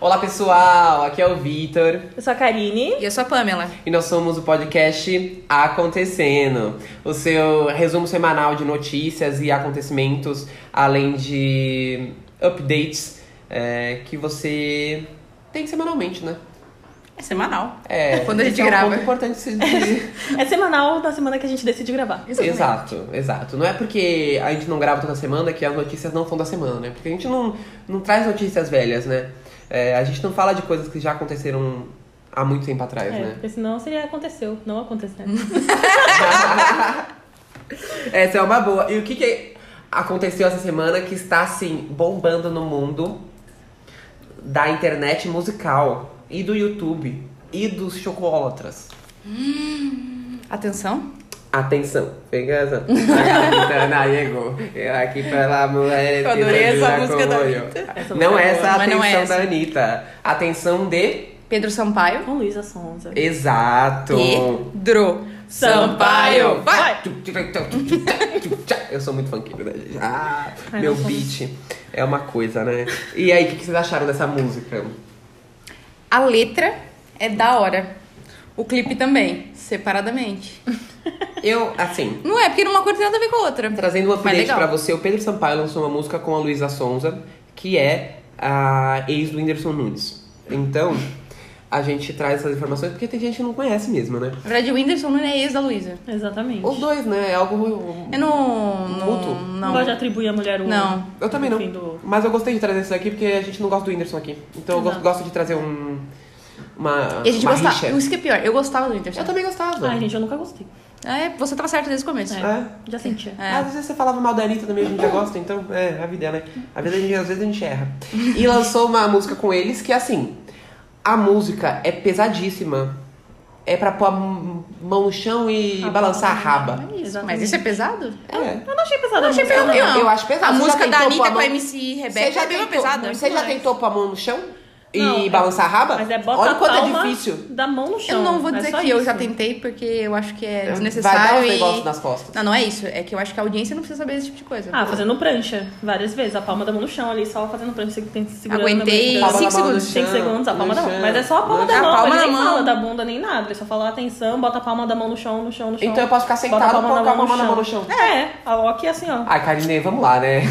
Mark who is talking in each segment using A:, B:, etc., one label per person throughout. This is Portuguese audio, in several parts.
A: Olá pessoal, aqui é o Vitor
B: Eu sou a Karine.
C: E eu sou a Pamela.
A: e nós somos o podcast Acontecendo, o seu resumo semanal de notícias e acontecimentos, além de updates é, que você tem semanalmente, né?
C: É semanal.
A: É,
C: Quando a gente
A: esse é um
C: grava.
A: ponto importante se dizer.
B: É semanal da semana que a gente decide gravar.
C: Exatamente.
A: exato, exato. Não é porque a gente não grava toda semana que as notícias não são da semana, né? Porque a gente não, não traz notícias velhas, né? É, a gente não fala de coisas que já aconteceram há muito tempo atrás,
B: É,
A: né?
B: porque senão seria aconteceu, não né? aconteceu.
A: Essa é uma boa. E o que, que aconteceu essa semana que está, assim, bombando no mundo da internet musical e do YouTube e dos chocolatras?
C: Atenção.
A: Atenção, pegação. Nayego, eu tá aqui pela mulher. tá
C: Eu adorei essa música da Anitta.
A: Não essa a
C: Mas
A: atenção
C: não é
A: da
C: essa.
A: Anitta. Atenção de.
C: Pedro Sampaio.
B: Com Luísa Sonza.
A: Exato.
C: Pedro
B: Sampaio.
C: Vai.
B: Vai.
A: Eu sou muito funkeiro, né, gente? Ah,
B: Ai,
A: meu
B: não somos.
A: beat é uma coisa, né? E aí, o que que vocês acharam dessa música?
C: A letra é da hora. O clipe também, separadamente.
A: Eu, assim,
C: Não é, porque uma coisa tem nada a ver com a outra.
A: Trazendo um
C: Mas
A: update
C: legal.
A: pra você, o Pedro Sampaio lançou uma música com a Luísa Sonza, que é a ex do Whindersson Nunes. Então, a gente traz essas informações porque tem gente que não conhece mesmo, né?
C: Na verdade, o Whindersson não é ex da Luísa.
B: Exatamente.
A: Os dois, né? É algo.
C: Eu não. não
A: Mútuo?
B: Não
C: Não.
B: gosto de atribuir a mulher o.
C: Não.
A: Eu também
B: o
A: não.
B: fim do-
A: Mas eu gostei de trazer isso aqui porque a gente não gosta do Whindersson aqui. Então eu gosto,
B: Exato.
A: gosto de trazer um. Uma.
C: E a gente
A: uma
C: gostava.
A: rixa.
C: Isso que é pior, eu gostava do Whindersson.
A: Eu também gostava.
B: Ai, gente, eu nunca gostei.
C: É, você tava certo desde o começo.
B: É.
A: É.
B: Já sentia.
C: É.
A: Às vezes você falava mal da Anitta também, a gente já gosta, então é a vida, né? A vida a gente, às vezes a gente erra. E lançou uma música com eles que, assim, a música é pesadíssima. É pra pôr a m- mão no chão e
B: Ah,
A: balançar a raba.
B: Exatamente.
C: Mas isso é pesado?
A: É.
B: Eu não achei pesada.
C: Eu achei
B: a música,
C: pesado,
B: não.
A: Eu-
C: não.
A: eu acho pesado.
C: A
A: Você já
C: música da
A: tentou pôr
C: Anitta
A: a
C: com a
A: mão-
C: MC
A: Você
C: Rebeca
A: já,
C: é bem
A: tentou,
C: pesada.
A: você já
B: mais.
A: tentou pôr a mão no chão e
B: Não, é-
A: balançar a raba?
B: Mas é bota
A: Olha
B: a
A: quanto é
B: palma
A: difícil.
B: Da mão no chão.
C: Eu não vou
B: É
C: dizer
B: só
C: que eu
B: isso.
C: já tentei, porque eu acho que é
A: Vai dar um
C: desnecessário
A: negócio
C: e...
A: nas costas.
C: Não, não é isso. É que eu acho que a audiência não precisa saber esse tipo de coisa.
B: Ah, fazendo prancha várias vezes. A palma da mão no chão ali, só fazendo prancha. Você tem que segurar.
C: Aguentei
A: Palma
C: cinco
A: da mão no
C: segundos.
A: chão,
B: 5 segundos, a
A: no
B: palma da mão.
A: chão,
B: Mas é só a palma
A: no
B: da
C: chão.
B: mão.
C: A palma
B: ele
C: da
B: nem
C: mão.
B: fala da bunda nem nada. Ele só fala atenção, bota a palma da mão no chão, no chão, no chão.
A: Então eu posso ficar
B: Bota
A: sentada e colocar a mão na mão no chão.
B: É, ó, aqui assim, ó.
A: Ai, Karine, vamos lá, né?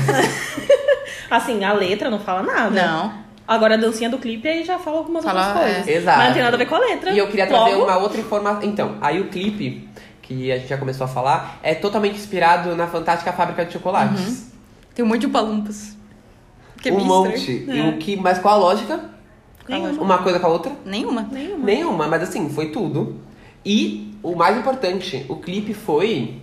B: Assim, a letra não fala nada.
C: Não.
B: Agora a dancinha do clipe aí já fala algumas
C: Fala,
B: outras coisas.
C: é.
A: Exato.
B: Mas não tem nada a ver com a letra.
A: E eu queria trazer
B: Logo,
A: uma outra informação. Então, aí o clipe, que a gente já começou a falar, é totalmente inspirado na fantástica fábrica de chocolates.
C: Tem um monte de palumpas. Que é Uhum.
A: um
C: bem
A: monte.
C: estranho.
A: E o que, mas qual a lógica?
B: Nenhuma.
A: Uma coisa com a outra?
C: Nenhuma.
B: Nenhuma.
A: Nenhuma, mas assim, foi tudo. E o mais importante, o clipe foi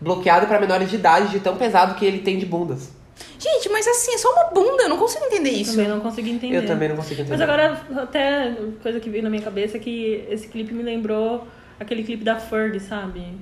A: bloqueado pra menores de idade, de tão pesado que ele tem de bundas.
C: Gente, mas assim, é só uma bunda. Eu não consigo entender
B: Eu
C: isso.
B: Também não consegui entender.
A: Eu também não consigo entender.
B: né? Mas agora, até coisa que veio na minha cabeça é que esse clipe me lembrou aquele clipe da Ferg, sabe?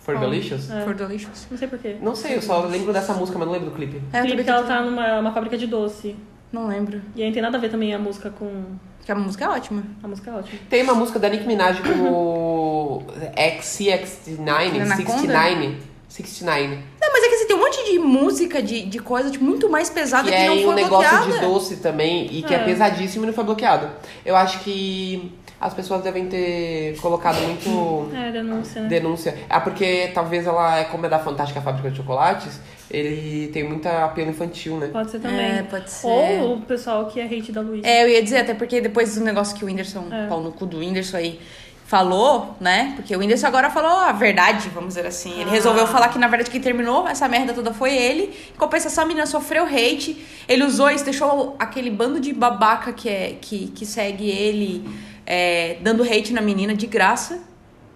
A: For Delicious?
B: É.
C: For delicious.
B: Não sei porquê.
A: Não sei, eu só lembro dessa música, mas não lembro do clipe.
C: assim. É, eu
B: clipe
C: também
B: que ela tá numa uma fábrica de doce.
C: Não lembro.
B: E aí não tem nada a ver também a música com.
C: Porque a música é ótima.
B: A música é ótima.
A: Tem uma música da Nicki Minaj com o XCX9,
C: Anaconda?
A: 69, 69.
C: Não, mas é que assim, tem um monte de música, de, de coisa tipo, muito mais pesada
A: Que
C: que,
A: é
C: não
A: em um
C: foi
A: negócio
C: bloqueada. Ah.
A: de doce também e que é.
B: É.
A: pesadíssimo e não foi bloqueado. Eu acho que as pessoas devem ter colocado muito
B: É, denúncia, né?
A: denúncia. Ah, porque talvez ela, como é da Fantástica Fábrica de Chocolates, ele tem muito apelo infantil, né?
B: Pode ser também.
C: É, pode ser.
B: Ou o pessoal que é hate da Luísa.
C: É, eu ia dizer, até porque depois do negócio que o Whindersson,
B: É.
C: pau no cu do Whindersson aí, falou, né? Porque o Whindersson agora falou a verdade, vamos dizer assim. Ele
B: Ah.
C: resolveu falar que, na verdade, quem terminou essa merda toda foi ele. Em compensação, a menina sofreu hate. Ele usou isso, deixou aquele bando de babaca que, é, que, que segue ele é, dando hate na menina de graça.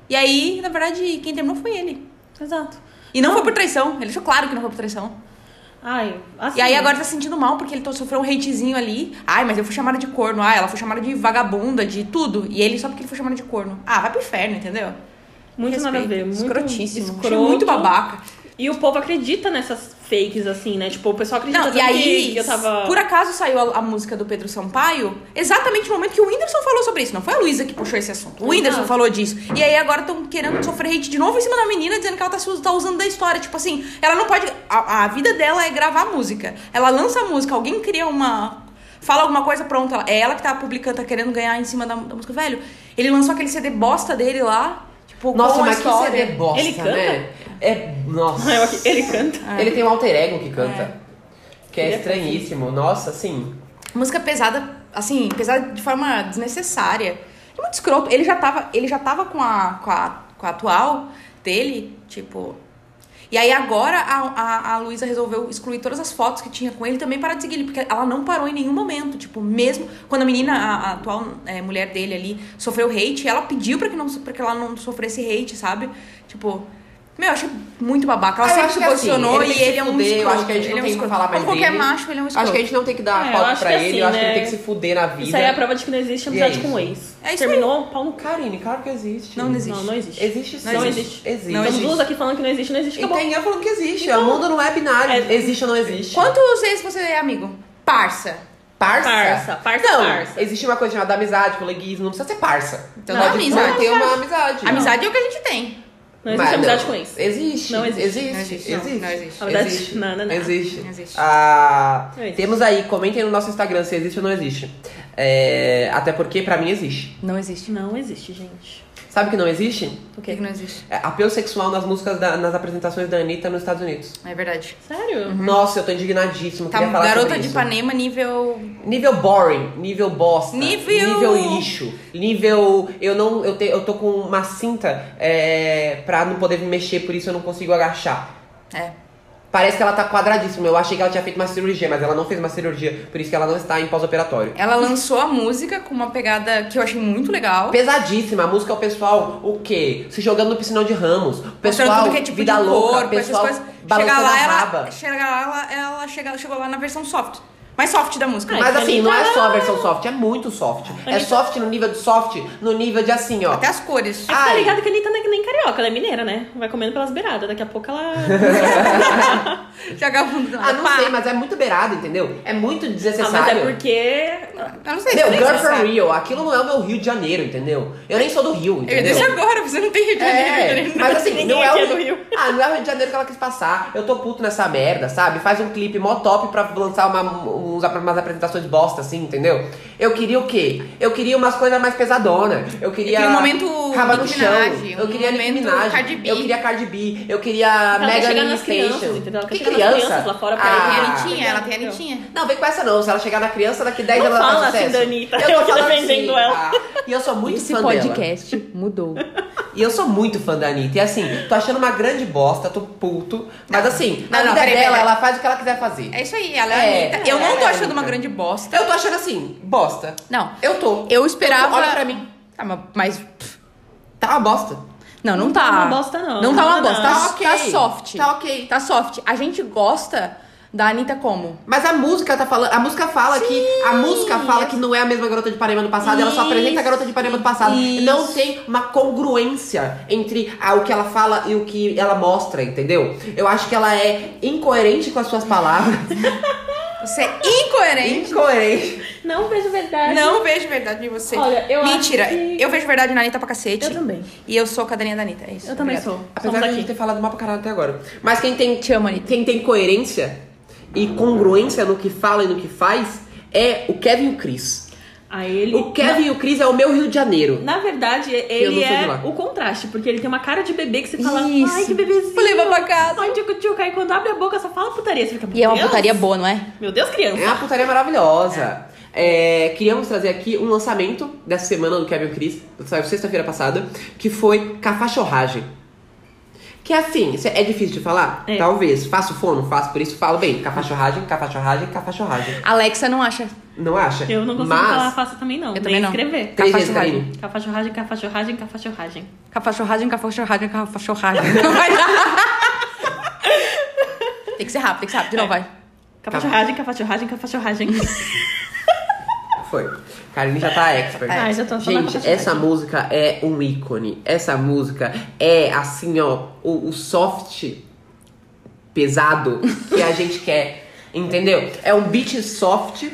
C: E aí, na verdade, quem terminou foi ele.
B: Exato.
C: E
B: Ah.
C: não foi por traição. Ele deixou claro que não foi por traição.
B: Ai, assim,
C: E aí agora tá se sentindo mal porque ele to- sofreu um hatezinho ali. Ai, mas eu fui chamada de corno. Ah, ela foi chamada de vagabunda, de tudo. E ele só porque ele foi chamado de corno. Ah, vai pro inferno, entendeu?
B: Muito nada a
C: Respeito.
B: ver. Muito
C: Escrotíssimo. Achei
B: escroto.
C: muito babaca.
B: E o povo acredita nessas fakes, assim, né? Tipo, o pessoal acredita
C: Não, e
B: tanto
C: aí,
B: que eu tava.
C: por acaso saiu a, a música do Pedro Sampaio exatamente no momento que o Whindersson falou sobre isso. Não foi a Luísa que puxou esse assunto. O Whindersson
B: Exato.
C: falou disso. E aí agora estão querendo sofrer hate de novo em cima da menina, dizendo que ela tá, se us- tá usando da história. Tipo assim, ela não pode. A, a vida dela é gravar música. Ela lança a música, alguém cria uma. fala alguma coisa, pronto. Ela, é ela que tá publicando, tá querendo ganhar em cima da, da música. Velho, ele lançou aquele CD bosta dele lá. Tipo,
A: Nossa,
C: com a
A: mas que
C: história.
A: CD bosta,
B: Ele canta?
A: né? É, nossa.
B: Maior que- Ele canta.
A: Ele tem um alter ego que canta. Que é
B: Ele é
A: estranhíssimo. Nossa, assim.
C: Música pesada, assim, pesada de forma desnecessária. É muito escroto. Ele já tava, ele já tava com, a, com, a, com a atual dele, tipo. E aí agora a, a, a Luísa resolveu excluir todas as fotos que tinha com ele também para de seguir ele, porque ela não parou em nenhum momento. Tipo, mesmo quando a menina, a, a atual é, mulher dele ali, sofreu hate, ela pediu pra que, não, pra que ela não sofresse hate, sabe? Tipo. Meu, eu acho muito babaca.
A: Ah,
C: Ela
A: eu
C: sempre
A: acho
C: se
A: que assim,
C: posicionou
A: ele tem
C: e
A: que
C: ele é um
A: fuder, eu
C: escroto.
A: acho que a gente
C: ele
A: não tem
C: é um
A: o que
C: escroto.
A: falar mais
C: Como qualquer
A: dele.
C: macho, ele é um escroto.
A: Acho que a gente não tem que dar
B: É, eu
A: palco
B: acho
A: pra
B: que
A: ele.
B: assim,
A: eu acho que
B: né?
A: ele tem que se fuder na vida.
B: Isso aí é a prova de que não existe amizade
A: E é
B: com o ex.
C: É isso
B: Terminou, pau no c...
A: Karine, claro que existe.
C: Não existe.
B: Não, não existe.
A: Existe sim.
B: Não
A: existe.
B: existe. Estamos
C: existe.
B: duas aqui falando que não existe, não existe,
A: E
B: acabou.
A: tem eu tá falando que é existe. o mundo não é binário.
B: É-
A: Existe ou não existe.
C: Quantos ex você é amigo? Parça.
A: Parça?
B: Parça, parça,
A: Não,
B: parça.
A: existe uma coisa chamada amizade, coleguismo. Não precisa ser parça.
C: Então
B: Não,
C: não, é
A: Pode
C: amizade.
A: ter uma amizade.
C: Amizade é o que a gente tem.
B: Não existe
A: Mas
B: amizade com ex.
A: Existe.
B: Não existe.
A: Existe.
C: Não existe, não, não existe.
B: Na verdade,
A: Existe.
B: não, não, não.
A: Existe.
C: Não existe.
A: Ah,
B: Não existe.
A: Temos aí, comentem no nosso Instagram se existe ou não existe. É, até porque, pra mim, existe.
C: Não existe.
B: Não existe, gente.
A: Sabe o que não existe?
B: O
C: Por que,
B: quê?
C: que não existe?
A: É apelo sexual nas músicas, da- nas apresentações da Anitta nos Estados Unidos.
C: É verdade.
B: Sério?
A: Nossa, eu tô indignadíssimo.
C: Tá
A: queria falar
C: garota
A: sobre
C: de
A: isso.
C: Ipanema nível.
A: Nível boring, nível bosta,
C: Nível-
A: nível lixo, nível eu não eu, te- eu tô com uma cinta é, pra não poder me mexer, por isso eu não consigo agachar.
C: É.
A: Parece que ela tá quadradíssima. Eu achei que ela tinha feito uma cirurgia, mas ela não fez uma cirurgia, por isso que ela não está em pós-operatório.
C: Ela lançou a música com uma pegada que eu achei muito legal.
A: Pesadíssima, a música é o pessoal, o quê? Se jogando no piscinão de ramos. O
C: Mostrando
A: pessoal,
C: tudo que é tipo
A: vida
C: de
A: louca,
C: corpo, essas
A: pessoal
C: coisas. Chegar
A: balançando
C: lá,
A: a raba.
C: ela, chegar lá, ela, ela chega- chegou lá na versão soft. Mais soft da música.
B: Ai,
A: Mas
B: que
A: assim,
B: Anitta-
A: não é só a versão soft, é muito soft. É soft no nível de soft, no nível de assim, ó.
C: Até as cores.
A: Ah,
B: Tá
A: Ai.
B: ligado que a Anitta não é nem carioca, ela é mineira, né? Vai comendo pelas beiradas, daqui a pouco ela.
C: Jogar fundo.
A: Ah, não sei, mas é muito beirado, entendeu? É muito
B: ah, mas
A: desnecessário.
B: é porque.
C: Eu não sei.
A: Meu,
C: se
A: Girl
C: você
A: for
C: sabe.
A: Real, aquilo não é o meu Rio de Janeiro, entendeu? Eu nem sou do Rio,
C: assim. Eu ia dizer
A: entendeu?
C: agora, você não tem Rio de Janeiro.
A: É,
C: né?
A: mas assim,
B: Ninguém
A: não é,
B: aqui
A: o
B: é do Rio.
A: Ah, não é o Rio de Janeiro que ela quis passar. Eu tô puto nessa merda, sabe? Faz um clipe mó top pra lançar uma, uns, umas apresentações bosta, assim, entendeu? Eu queria o quê? Eu queria umas coisas mais pesadonas. Eu queria.
C: Eu queria um momento
A: Raba no
C: Nicki
A: chão.
C: Minaj,
A: eu
C: um
A: queria Nicki
C: momento
A: Minaj.
C: Cardi B.
A: Eu queria Cardi B. Eu queria
B: quer
A: Mega
B: chegar
A: Mini
B: tá nas crianças,
A: Station.
B: entendeu? Ela quer
A: que
B: chegar
A: criança?
B: nas crianças lá fora pra
C: Ela tem a
A: ah,
C: Anitinha, ela tem a Anitinha.
A: não, vem com essa não. Se ela chegar na criança, daqui 10
B: Não
A: anos ela
B: fala
A: faz
B: assim
A: sucesso.
B: da Anitta, eu aqui
A: falando
B: defendendo ela.
A: ah, e eu sou muito
D: Esse
A: fã dela.
D: podcast mudou.
A: E eu sou muito fã da Anitta. E assim, tô achando uma grande bosta, tô puto. Mas assim,
C: Não,
A: a
C: não,
A: vida
C: peraí,
A: dela,
C: peraí.
A: ela faz o que ela quiser fazer.
C: É isso aí, ela é,
A: É,
C: a Anitta. Eu
A: ela
C: não tô
A: é a
C: achando uma
A: Anitta.
C: grande bosta.
A: Eu tô achando assim, bosta.
C: Não.
A: Eu tô.
C: Eu esperava.
A: Olha pra mim.
C: Tá, ma- mas. pff,
A: Tá uma bosta.
C: Não, não,
B: Não
C: tá.
B: tá uma bosta, não.
C: Não tá uma
B: Não,
C: bosta.
B: não.
C: Tá,
A: Tá ok.
C: tá soft.
A: Tá ok.
C: Tá soft. A gente gosta da Anitta como?
A: Mas a música tá falando. A música fala que. A música fala que não é a mesma garota de Ipanema do passado, ela só apresenta a garota de Ipanema do passado.
C: Isso.
A: Não tem uma congruência entre a- o que ela fala e o que ela mostra, entendeu? Eu acho que ela é incoerente com as suas palavras.
C: Você é incoerente.
A: incoerente.
B: Não vejo verdade.
C: Não vejo verdade em você.
B: Olha, eu acho
C: Mentira,
B: que-
C: eu vejo verdade na Anitta pra cacete.
B: Eu também.
C: E eu sou cadeirinha da Anitta, é isso.
B: Eu também
C: Obrigada.
B: sou.
A: Apesar de
B: Somos
A: a gente
B: aqui.
A: ter falado mal pra caralho até agora. Mas quem tem,
C: Te amo, Anitta.
A: quem tem coerência e congruência no que fala e no que faz é o Kevin e o Chris.
B: A ele.
A: O Kevin e o Chris é o meu Rio de Janeiro.
B: Na verdade,
A: não
B: ele
A: sou de
B: é
A: lá.
B: o contraste, porque ele tem uma cara de bebê que você fala,
C: Isso.
B: ai, que bebezinho.
C: Vou levar pra casa.
B: Ai, tchucu tchucu. Aí quando abre a boca, só fala putaria. Você fica, meu
C: E é uma
B: Deus.
C: putaria boa, não é?
B: Meu Deus, criança.
A: É uma putaria maravilhosa. É, queríamos trazer aqui um lançamento dessa semana do Kevin Chris, saiu sexta-feira passada, que foi Cafachorragem. Que é assim, isso é difícil de falar?
B: É.
A: Talvez. Faço fono? Faço, por isso falo bem. Cafachorragem, cafachorragem, cafachorragem.
C: Alexa não acha.
A: Não acha?
B: Eu não consigo
A: Mas,
B: falar fácil também, não.
C: Eu
B: nem
C: também não.
B: escrever.
A: Três vezes
C: Cafachorragem.
A: aí.
B: Cafachorragem, cafachorragem, cafachorragem.
C: Cafachorragem, cafachorragem, cafachorragem. Não vai dar. tem que ser rápido, tem que ser rápido. De novo, vai.
B: Cafachorragem, cafachorragem, cafachorragem.
A: Foi. Karine já tá
C: É.
A: expert.
B: Ah, já tô só na
A: Gente,
B: cafachorragem.
A: essa música é um ícone. Essa música é, assim, ó, o, o soft pesado que a gente quer. Entendeu? É um beat soft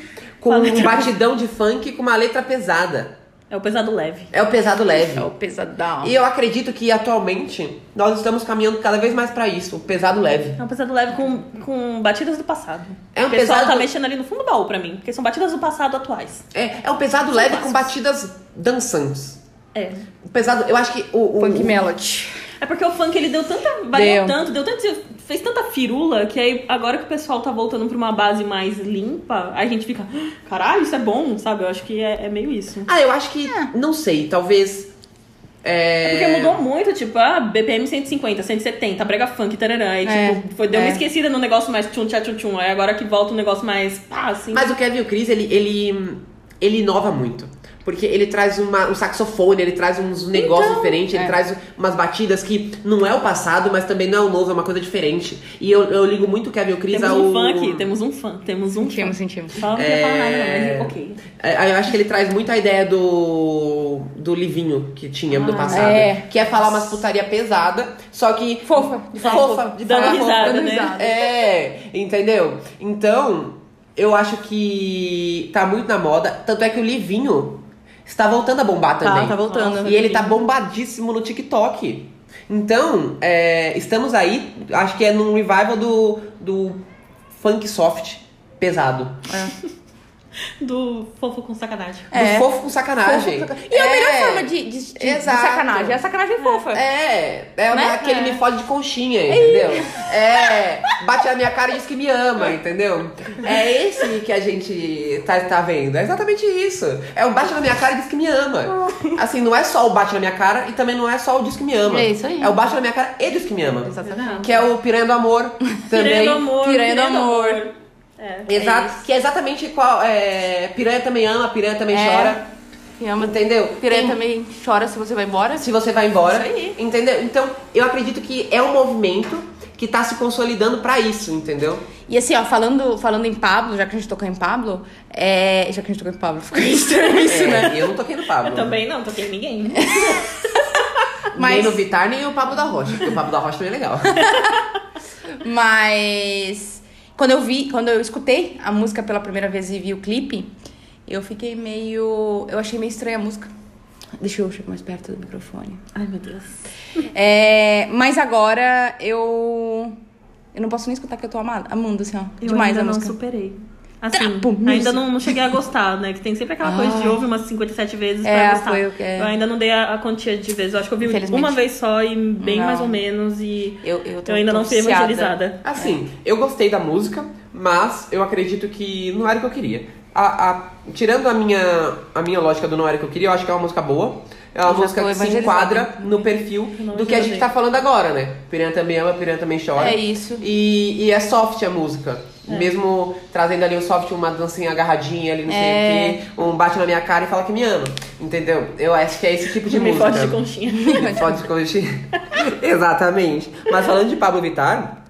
A: com
B: Uma
A: um
B: letra
A: batidão de funk com uma letra pesada.
B: É o pesado leve.
A: É o pesado leve.
C: É o pesadão.
A: E eu acredito que atualmente nós estamos caminhando cada vez mais pra isso, o pesado leve.
B: É um pesado leve com, com batidas do passado.
A: É um
B: o pessoal
A: pesado-
B: tá mexendo ali no fundo do baú pra mim, porque são batidas do passado atuais.
A: É, é um pesado leve com batidas dançantes.
B: É.
A: O pesado, eu acho que o, o
C: Punk
A: o-
C: Melody.
B: É porque o funk ele deu tanta. variou
C: Deu.
B: tanto, deu tanto. fez tanta firula que aí agora que o pessoal tá voltando pra uma base mais limpa, a gente fica. "Ah, Caralho, isso é bom, sabe? Eu acho que é, é meio isso.
A: Ah, eu acho que
C: É.
A: não sei, talvez
B: É...
A: é,
B: porque mudou muito, tipo, ah, BPM 150, 170, brega funk, tarará. Aí,
C: É,
B: tipo, foi, deu uma
C: é.
B: esquecida no negócio mais tchum tchá tchum tchum. Aí agora que volta um negócio mais pá, assim.
A: Mas o Kevin o Chris, ele, ele, ele inova muito. Porque ele traz uma, um saxofone, ele traz uns negócios
B: Então,
A: diferentes, ele
C: é.
A: traz umas batidas que não é o passado, mas também não é o novo, é uma coisa diferente. E eu, eu ligo muito o Kevin o Chris
B: Temos
A: ao.
B: um funk, temos um fã, temos um fã.
C: Sentimos, sentimos.
B: Só não ia falar nada, não, mas ok.
A: É, Eu acho que ele traz muito a ideia do. do livinho que tinha do
B: Ah,
A: passado.
C: é.
A: Que é falar umas putaria pesada, só que.
C: Fofa.
A: Fofa, de
B: Dando
A: falar fofa,
B: risada,
A: dando
B: né?
A: risada. É, entendeu? Então, eu acho que tá muito na moda. Tanto é que o Livinho está voltando a bombar
D: Tá,
A: também.
D: tá voltando.
C: né,
B: Nossa,
A: E ele tá bombadíssimo no TikTok. Então, é, estamos aí, acho que é num revival do, do funk soft pesado.
B: Do fofo com sacanagem.
C: É.
A: Do fofo com sacanagem.
C: E é a melhor
A: É.
C: forma de, de, de- de
A: Exato.
C: sacanagem. É a sacanagem fofa.
A: É, é
C: Né?
A: aquele
C: É.
A: me fode de conchinha, entendeu? É, bate na minha cara e diz que me ama, entendeu? É esse que a gente tá, tá vendo, é exatamente isso. É o bate na minha cara e diz que me ama. Assim, não é só o bate na minha cara e também não é só o diz que me ama.
D: É isso aí.
A: É o bate na minha cara e diz que me ama.
D: Exatamente.
A: Que é o piranha do amor também.
B: Piranha do amor. piranha
C: piranha do
B: do
C: amor.
B: É.
A: Exato,
C: É isso.
A: que é exatamente qual. É, piranha também ama, piranha também
C: É.
A: chora.
D: E ama
A: Entendeu?
D: piranha
A: Tem-
D: também chora se você vai embora.
A: se você vai embora.
B: Isso aí.
A: Entendeu? Então, eu acredito que é um movimento que tá se consolidando pra isso, entendeu?
C: E assim, ó, falando, falando em Pablo, já que a gente tocou em Pablo, é... já que a gente tocou em Pablo, ficou estranho isso,
A: É,
C: né?
A: Eu não toquei no Pablo.
B: Eu também não, toquei em ninguém. né?
A: Nem
C: Mas-
A: no Vitar, nem o Pablo da Rocha, porque o Pablo da Rocha também é legal.
C: Mas quando eu vi, quando eu escutei a música pela primeira vez e vi o clipe, eu fiquei meio. Eu achei meio estranha a música. Deixa eu chegar mais perto do microfone.
B: Ai, meu Deus.
C: É, mas agora eu. Eu não posso nem escutar que eu tô amada, amando, assim, ó.
B: Eu
C: demais
B: ainda
C: a
B: não
C: música.
B: superei. Assim,
C: Trapo,
B: ainda
C: music.
B: não, não cheguei a gostar, né? Que tem sempre aquela coisa de ouvir umas 57 vezes
C: É,
B: pra gostar.
C: foi o que-
B: Eu ainda não dei a, a quantia de vezes. Eu acho que eu vi
C: Infelizmente.
B: uma vez só e bem
C: Não.
B: mais ou menos. E
C: Eu, eu, tô,
B: eu ainda
C: tô
B: não fui
C: viciada.
B: evangelizada.
A: Assim, eu gostei da música, mas eu acredito que não era o que eu queria. A- a- tirando a minha, a minha lógica do não era o que eu queria, eu acho que é uma música boa. É uma
C: Eu já
A: música
C: tô
A: que se
C: evangelizada. Uhum.
A: enquadra no perfil
B: não
A: do que a gente
B: evangelizei.
A: tá falando agora, né? Piranha também ama, piranha também chora.
C: É isso. É.
A: E, e é soft a música. Mesmo trazendo ali o soft, uma dancinha agarradinha ali, não sei
C: É.
A: o quê. Um bate na minha cara e fala que me ama. Entendeu? Eu acho que é esse tipo de
B: me
A: música.
B: fode de conchinha.
A: Me fode de conchinha. Exatamente. Mas falando de Pablo Vittar.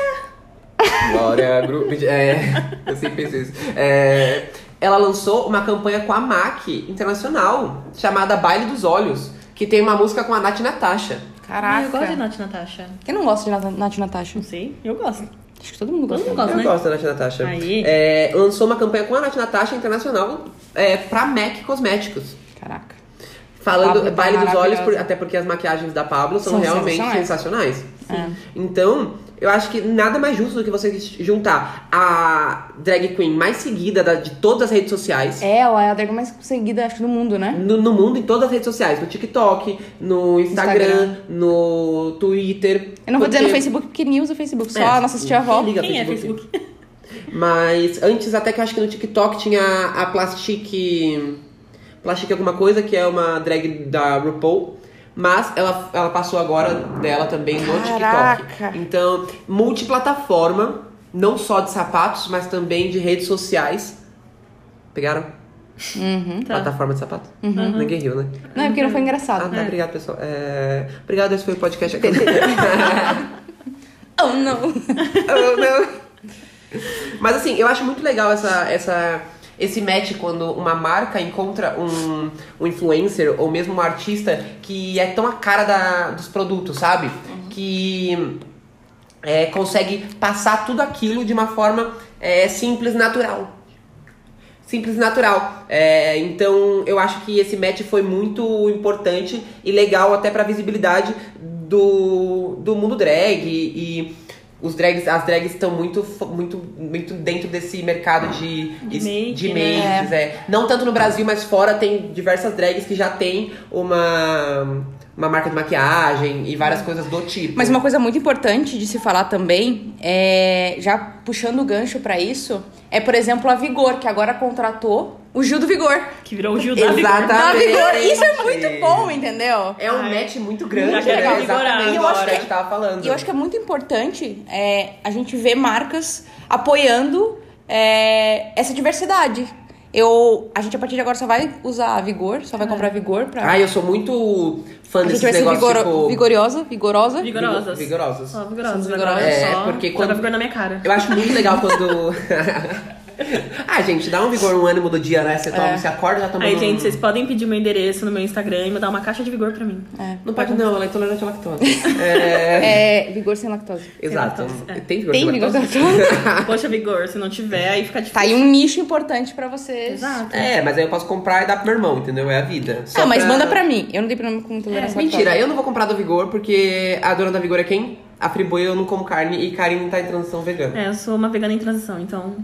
A: Vittar! Glória Gru... É, eu sempre penso isso. É, ela lançou uma campanha com a MAC internacional, chamada Baile dos Olhos, que tem uma música com a Nath Natasha.
C: Caraca.
B: Eu gosto de Nath Natasha.
C: Quem não gosta de Nat- Nath Natasha?
B: Não sei, eu gosto.
C: Acho que todo mundo
B: Todo
C: gosta.
B: mundo gosta,
A: Eu
B: né?
A: gosto da Nath Natasha.
B: Aí.
A: É, lançou uma campanha com a Nath Natasha Internacional é, pra MAC Cosméticos.
C: Caraca.
A: Falando
C: Pablo tá
A: baile dos olhos, por-
C: maravilhosa.
A: até porque as maquiagens da Pablo são,
C: São
A: realmente sensacionais.
C: sensacionais. É.
A: Então, eu acho que nada mais justo do que você juntar a drag queen mais seguida da- de todas as redes sociais.
C: Ela é a drag mais seguida, acho, do mundo, né?
A: No, no mundo, em todas as redes sociais, no TikTok, no Instagram,
C: Instagram.
A: no Twitter.
C: Eu não vou dizer no
A: Porque-
C: Facebook, porque nem usa o Facebook, só
A: É.
C: a nossa tia-avó.
A: Quem liga
B: Quem é
A: Facebook?
B: Facebook?
A: Mas antes, até que eu acho que no TikTok tinha a Plastic. Plastic alguma coisa, que é uma drag da RuPaul. Mas ela, ela passou agora dela também no
C: Caraca.
A: TikTok. Então, multiplataforma, não só de sapatos, mas também de redes sociais. Pegaram?
C: Uhum.
B: Tá.
A: Plataforma de sapato? Ninguém riu, né?
C: Não, é porque não foi
A: Ah,
C: engraçado.
A: tá, obrigado, pessoal. É, Obrigado, esse foi o podcast.
C: Oh, não.
A: Oh, não. Mas assim, eu acho muito legal essa, essa, esse match quando uma marca encontra um, um influencer ou mesmo um artista que é tão a cara da, dos produtos, sabe? Que é, consegue passar tudo aquilo de uma forma é, simples, natural. simples e natural. É, então eu acho que esse match foi muito importante e legal até pra visibilidade do, do mundo drag e. e os drags, as drags estão muito, fo- muito, muito dentro desse mercado de,
B: De
A: es-
B: make,
A: de
B: né?
A: makes, é. Não tanto no Brasil, mas fora tem diversas drags que já tem uma, uma marca de maquiagem e várias coisas do tipo.
C: Mas uma coisa muito importante de se falar também, é, já puxando o gancho pra isso, é, por exemplo, a Vigor, que agora contratou o Gil do Vigor.
B: Que virou o Gil da Vigor.
A: Exatamente.
C: Da Vigor. Isso é muito bom, entendeu?
A: É um
B: Ai.
A: match muito grande,
B: Já
A: né?
B: quero vigorar.
A: Exatamente.
C: E eu acho
A: agora
C: que-
A: a gente tava falando.
C: E eu acho que é muito importante é, a gente ver marcas apoiando é, essa diversidade. Eu, a gente a partir de agora só vai usar a Vigor, só vai comprar a Vigor pra.
A: É. Ai, eu sou muito fã
C: a gente
A: desses
C: vai ser
A: negócios
C: vigoro-
A: tipo...
C: vigoriosa, vigorosa.
B: Vigor- Vigorosas.
A: Vigorosas.
B: Só vigorosas
C: São
B: agora. É,
C: vigorosas.
A: É,
B: só
A: porque
B: joga
A: quando-
B: vigor na minha cara.
A: Eu acho muito legal quando... ah, gente, dá um vigor, um ânimo do dia, né? Você,
C: É.
A: toma, um você acorda já tomando...
B: Aí, gente, vocês podem pedir meu endereço no meu Instagram e mandar uma caixa de vigor pra mim.
A: Não pode não, ela é intolerante à lactose. é...
C: É, vigor sem lactose.
A: Exato.
B: lactose, é.
A: Tem vigor
C: Tem
A: sem
C: vigor sem
A: lactose?
C: lactose?
B: Poxa, vigor, se não tiver, aí fica difícil.
C: É. Tá aí um nicho importante pra vocês.
B: Exato.
A: É, mas aí eu posso comprar e dar pro meu irmão, entendeu? É a vida. Só
C: ah, mas
A: pra-
C: manda pra mim. Eu não tenho problema com
A: Mas
C: tolerância à
A: Mentira,
C: lactose.
A: eu não vou comprar da Vigor, porque a dona da Vigor é quem? A Friboi eu não como carne e Karine tá em transição vegana.
B: É, eu sou uma vegana em transição, então.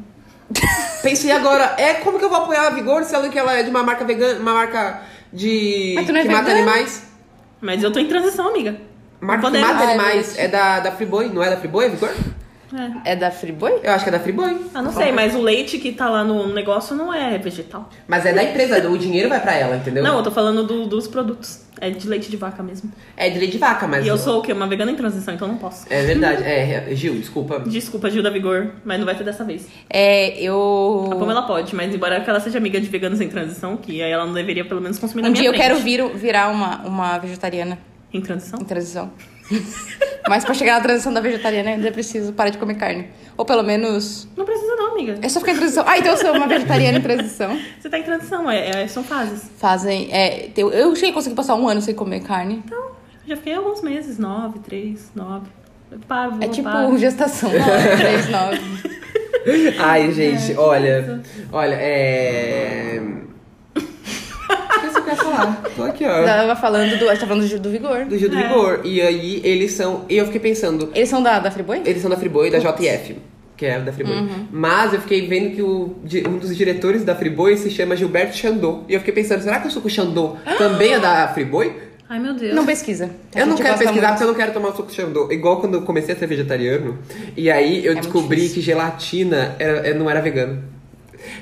A: Pensei agora, é como que eu vou apoiar a Vigor, sendo que ela é de uma marca vegana, uma marca de.
C: Mas tu não é
A: que mata
C: vegana?
A: animais.
B: Mas eu tô em transição, amiga.
A: Marca que
B: Podemos.
A: mata
C: Ai,
A: animais.
B: Ah,
C: gente.
A: É da, da Friboi, não é da Friboi, a Vigor?
B: É.
C: É da Friboi?
A: Eu acho que é da Friboi.
B: Ah, não sei, mas o leite que tá lá no negócio não é vegetal.
A: Mas é da empresa, o dinheiro vai pra ela, entendeu?
B: Não, eu tô falando do- dos produtos. É de leite de vaca mesmo.
A: É de lei de vaca, mas.
B: E eu sou o quê? Uma vegana em transição, então não posso.
A: É verdade. É, Gil, desculpa.
B: Desculpa, Gil da Vigor, mas não vai ter dessa vez.
C: É, eu.
B: A Pamela pode, mas embora que ela seja amiga de veganos em transição, que aí ela não deveria pelo menos consumir na
C: Um
B: minha
C: dia eu
B: frente.
C: quero vir, virar uma, uma vegetariana
B: Em transição?
C: em transição. Mas pra chegar na transição da vegetariana, eu ainda preciso parar de comer carne. Ou pelo menos.
B: Não precisa não, amiga.
C: É só ficar em transição. Ah, então eu sou uma vegetariana em transição.
B: Você tá em transição, é- é- são fases.
C: Fazem. É, tem- eu cheguei a conseguir passar um ano sem comer carne.
B: Então, Já fiquei alguns meses, nove, três, nove. Eu Paro, vou,
C: É tipo
B: paro.
C: gestação. Nove, três, nove.
A: Ai, gente,
B: É,
A: olha. Olha, é. Esqueci o que eu ia falar. Tô aqui, ó.
C: Tava falando do. A gente tá falando do, do vigor.
A: Ah. Do Gil do
B: É.
A: Vigor. E aí eles são. E eu fiquei pensando,
C: Eles são da, da Friboi?
A: eles são da Friboi e da JF. Que é da Friboi.
C: Uhum.
A: Mas eu fiquei vendo que o, di- um dos diretores da Friboi se chama Gilberto Xandô. E eu fiquei pensando, será que o suco Xandô também é da Friboi?
B: Ai, meu Deus.
C: Não pesquisa. Ah! A
A: Eu não
C: gente
A: quero
C: gosta
A: pesquisar
C: muito.
A: porque eu não quero tomar suco Xandô. Igual quando eu comecei a ser vegetariano. E aí eu
C: É muito
A: descobri
C: difícil.
A: que gelatina era- é- não era vegano.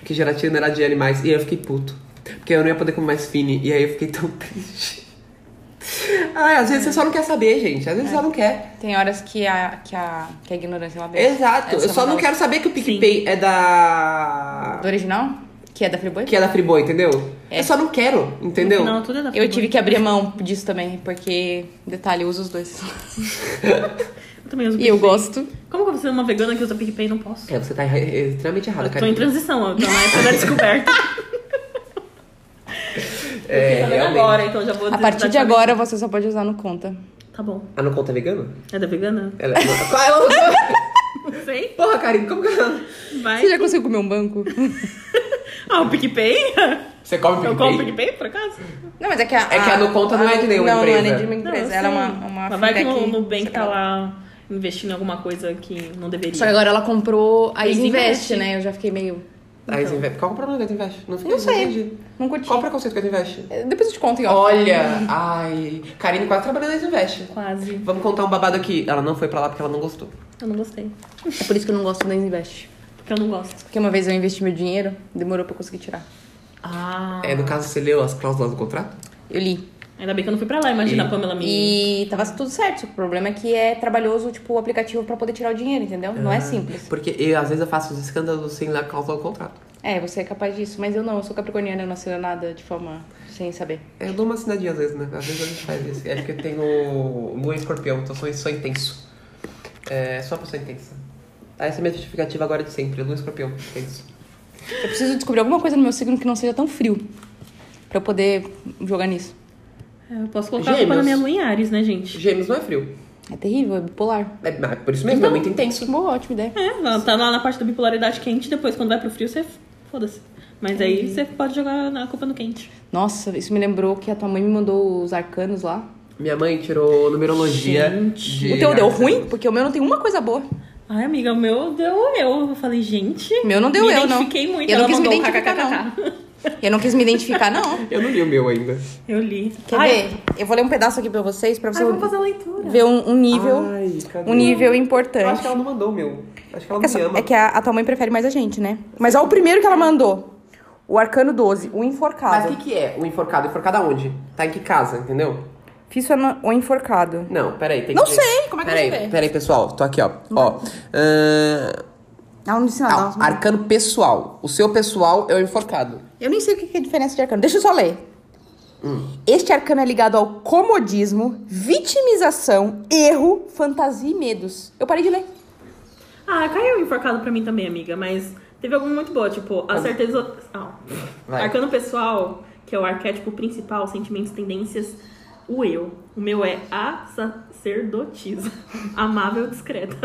A: Que gelatina era de animais. E aí eu fiquei puto. Porque eu não ia poder comer mais fine. E aí eu fiquei tão triste. Ai, às vezes você só não quer saber, gente. Às vezes
C: É.
A: você só não quer.
C: Tem horas que a, que a, que a ignorância é uma benção.
A: Exato.
C: Essa
A: eu só não
C: é uma
A: quero saber que o PicPay é da.
C: benção. Do original? Que é da Friboi?
A: Que é da Friboi, entendeu?
C: É.
A: Eu só não quero, entendeu?
B: Não, tudo é da
C: Eu
B: Friboi.
C: tive que abrir mão disso também, porque, detalhe, eu uso os dois.
B: Eu também uso
C: E eu
B: PicPay.
C: gosto.
B: Como que eu vou ser uma vegana que usa PicPay e não posso?
A: É, você tá erra- extremamente errada,
B: Eu
A: cara.
B: tô em transição, eu tô na época da descoberta.
A: É,
B: Tô vendo
A: realmente.
B: agora, então já vou
C: A
A: tá
C: partir de
B: desativar.
C: agora, você só pode usar no conta.
B: Tá bom.
A: Ah, não conta vegano?
B: É da vegana?
A: Ela... Ela usou-
B: Não sei.
A: é Porra, Karine, como que ela...
B: Vai.
C: Você já conseguiu comer um banco?
B: Ah, o PicPay?
A: Você come
B: Eu
A: PicPay?
B: compro o PicPay, por acaso?
C: Não, mas é que a...
A: É que a no conta não é de nenhuma
C: não,
A: empresa.
C: Não, não é de nenhuma
B: Não, eu
C: empresa. Ela
B: sei.
C: é uma, uma
B: Mas vai que
C: fintech
B: o Nubank tá
C: separada.
B: lá investindo em alguma coisa que não deveria.
C: Só que agora ela comprou a
B: Eles
C: Isinvest,
B: investem.
C: né? Eu já fiquei meio...
A: Aí Ah, você investe. Qual é o problema que tu investe? Não, fica-
C: Não sei.
A: entendi.
C: Não curti.
A: Qual o preconceito que tu investe?
C: Depois eu te conto, ó.
B: Hum.
A: Olha, ai. Karine quase trabalhou na investe.
B: Quase.
A: Vamos contar um babado aqui. Ela não foi pra lá porque ela não gostou.
B: Eu não gostei.
C: É por isso que eu não gosto da Isinvest.
B: Porque eu não gosto.
C: Porque uma vez eu investi meu dinheiro, demorou pra eu conseguir tirar.
B: Ah.
A: É, no caso, você leu as cláusulas do contrato?
C: Eu li.
B: Ainda bem que eu não fui pra lá, imagina
A: E-
B: a Pamela me...
A: Hum.
C: E tava tudo certo. O problema é que é trabalhoso, tipo, o aplicativo pra poder tirar o dinheiro, entendeu? Não
A: Ah,
C: é simples.
A: Porque eu, às vezes eu faço uns escândalos sem ler a cláusula do contrato.
C: É, você é capaz disso, mas eu não, eu sou capricorniana, eu não assino nada de forma sem saber.
A: Eu dou uma assinadinha às vezes, né? Às vezes a gente faz isso. É porque eu tenho lua em escorpião, então sou, sou intenso. É, sou uma pessoa intensa. Ah, essa é a minha justificativa agora de sempre. Lua em escorpião, intenso.
C: Eu preciso descobrir alguma coisa no meu signo que não seja tão frio. Pra eu poder jogar nisso.
B: É, Eu posso colocar a culpa
A: Gêmeos.
B: na minha lua em Ares, né, gente?
A: Gêmeos não é frio.
C: É terrível, é bipolar. Então,
A: É, mas por isso mesmo, é muito intenso.
C: Boa, ótima ideia.
B: É, ela tá lá na parte da bipolaridade quente, depois quando vai pro frio, você... Foda-se. Mas aí você pode jogar na culpa no quente.
C: Nossa, isso me lembrou que a tua mãe me mandou os arcanos lá.
A: Minha mãe tirou numerologia. de
C: o teu deu
A: arcanos.
C: ruim? Porque o meu não tem uma coisa boa.
B: Ai, amiga, o meu deu eu. Eu falei, gente.
C: Meu não deu
B: me
C: eu, não.
B: identifiquei muito.
C: Eu não
B: Ela
C: quis me
B: mandou
C: identificar,
B: kkkk.
C: Eu não quis me identificar, não.
A: Eu não li o meu ainda.
B: Eu li.
C: Quer
B: Ai,
C: ver? Eu vou ler um pedaço aqui pra vocês, pra
B: Ai,
C: você
B: vamos fazer a leitura.
C: ver um, um nível.
A: Ai, cadê?
C: um nível
A: Eu acho
C: importante.
A: que ela não mandou o meu. Acho que ela
C: É,
A: não
C: só-
A: me ama.
C: é que a, a tua mãe prefere mais a gente, né? Mas olha o primeiro que ela mandou. O arcano 12, o
A: Mas
C: enforcado.
A: o que, que é o enforcado? Enforcado aonde? Tá em que casa, entendeu?
C: Fiz o an- o enforcado.
A: Não, peraí, tem
C: Não
A: que.
C: sei, como é que
A: peraí,
C: você vê?
A: Peraí, pessoal, tô aqui, ó. Ó. ahn,
C: Ela não disse nada.
A: ah,
C: ela só-
A: arcano pessoal. O seu pessoal é o enforcado.
C: Eu nem sei o que que é a diferença de arcano. Deixa eu só ler.
A: Hum.
C: Este arcano é ligado ao comodismo, vitimização, erro, fantasia e medos. Eu parei de ler.
B: Ah, caiu enforcado pra mim também, amiga, mas teve alguma muito boa, tipo, a certeza. Ah,
A: Vai.
B: arcano pessoal, que é o arquétipo principal, sentimentos, tendências, o eu. O meu é a sacerdotisa. Amável, discreta.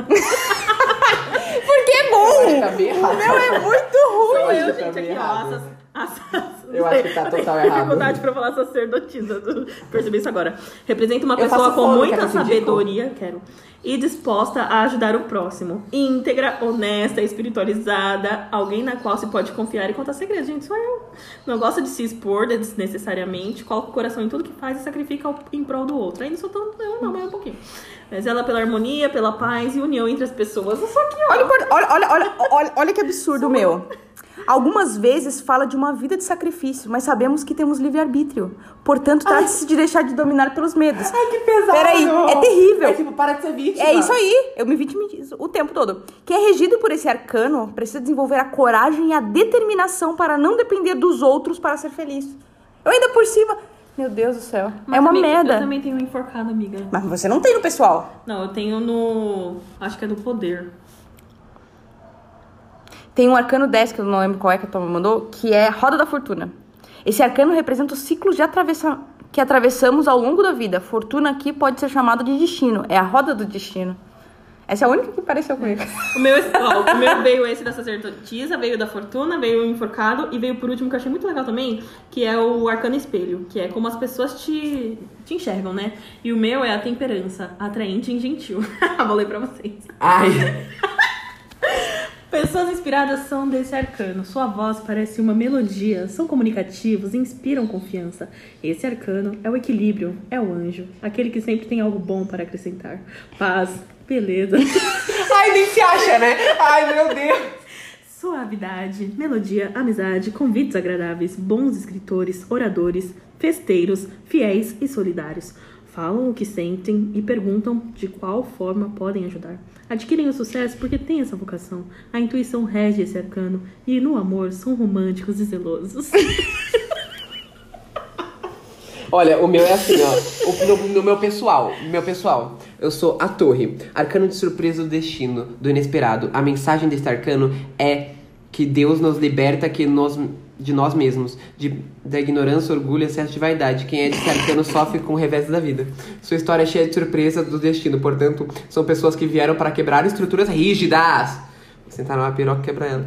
C: Porque é bom!
A: Tá bem errado.
C: Não, é muito ruim!
B: Sou eu,
A: acho que tá
B: gente, aqui,
A: meio
B: ó.
A: errado.
B: a sac- a sac-
A: Eu acho que tá
B: Eu tenho
A: total
B: dificuldade
A: errado.
B: pra falar sacerdotisa. eu Percebi isso agora. Representa uma
A: Eu
B: pessoa
A: faço
B: com
A: fono,
B: muita
A: quer que eu te indico?
B: sabedoria, quero, e disposta a ajudar o próximo. Íntegra, honesta, espiritualizada, alguém na qual se pode confiar e contar segredos. Gente, sou eu. Não gosta de se expor desnecessariamente, coloca o coração em tudo que faz e sacrifica ao- em prol do outro. Ainda sou tão eu, não, mas um pouquinho. Mas ela pela harmonia, pela paz e união entre as pessoas. Eu sou aqui, ó.
C: Olha, o import- olha, olha, olha, olha, olha que absurdo meu. Algumas vezes fala de uma vida de sacrifício, mas sabemos que temos livre-arbítrio. Portanto, trata-se de deixar de dominar pelos medos.
A: Ai, que pesado.
C: Peraí, é terrível.
A: É tipo, para de ser vítima.
C: É isso aí, eu me vitimizo o tempo todo. Quem é regido por esse arcano precisa desenvolver a coragem e a determinação para não depender dos outros para ser feliz. Eu ainda por cima. Meu Deus do céu. é
B: Mas
C: uma
B: também- Eu
C: merda.
B: também tenho enforcado, amiga.
C: Mas você não tem no pessoal.
B: Não, eu tenho no. Acho que é no poder.
C: Tem um arcano 10, que eu não lembro qual é que a tua mãe mandou, que é Roda da Fortuna. Esse arcano representa os ciclos de atravessa- que atravessamos ao longo da vida. Fortuna aqui pode ser chamada de destino. É a roda do destino. Essa é a única que pareceu comigo.
B: O meu, ó, o meu veio esse da sacerdotisa, veio da fortuna, veio o enforcado e veio por último que eu achei muito legal também, que é o arcano espelho, que é como as pessoas te, te enxergam, né? E o meu é a temperança, atraente e gentil. Vou ler pra vocês.
A: Ai.
B: Pessoas inspiradas são desse arcano. Sua voz parece uma melodia, são comunicativos, inspiram confiança. Esse arcano é o equilíbrio, é o anjo, aquele que sempre tem algo bom para acrescentar. Paz, beleza,
A: Ai, nem se acha, né? Ai, meu Deus.
B: suavidade, melodia, amizade, convites agradáveis, bons escritores, oradores, festeiros, fiéis e solidários. Falam o que sentem e perguntam de qual forma podem ajudar. Adquirem o sucesso porque têm essa vocação. A intuição rege esse arcano e no amor são românticos e zelosos.
A: Olha, o meu é assim, ó. O, no, no meu pessoal, no meu pessoal, eu sou a torre. Arcano de surpresa do destino, do inesperado. A mensagem deste arcano é que Deus nos liberta que nós, de nós mesmos, de, da ignorância, orgulho, excesso de vaidade. Quem é desse arcano sofre com o revés da vida. Sua história é cheia de surpresas do destino, portanto, são pessoas que vieram para quebrar estruturas rígidas. Sentar numa piroca e quebrar ela.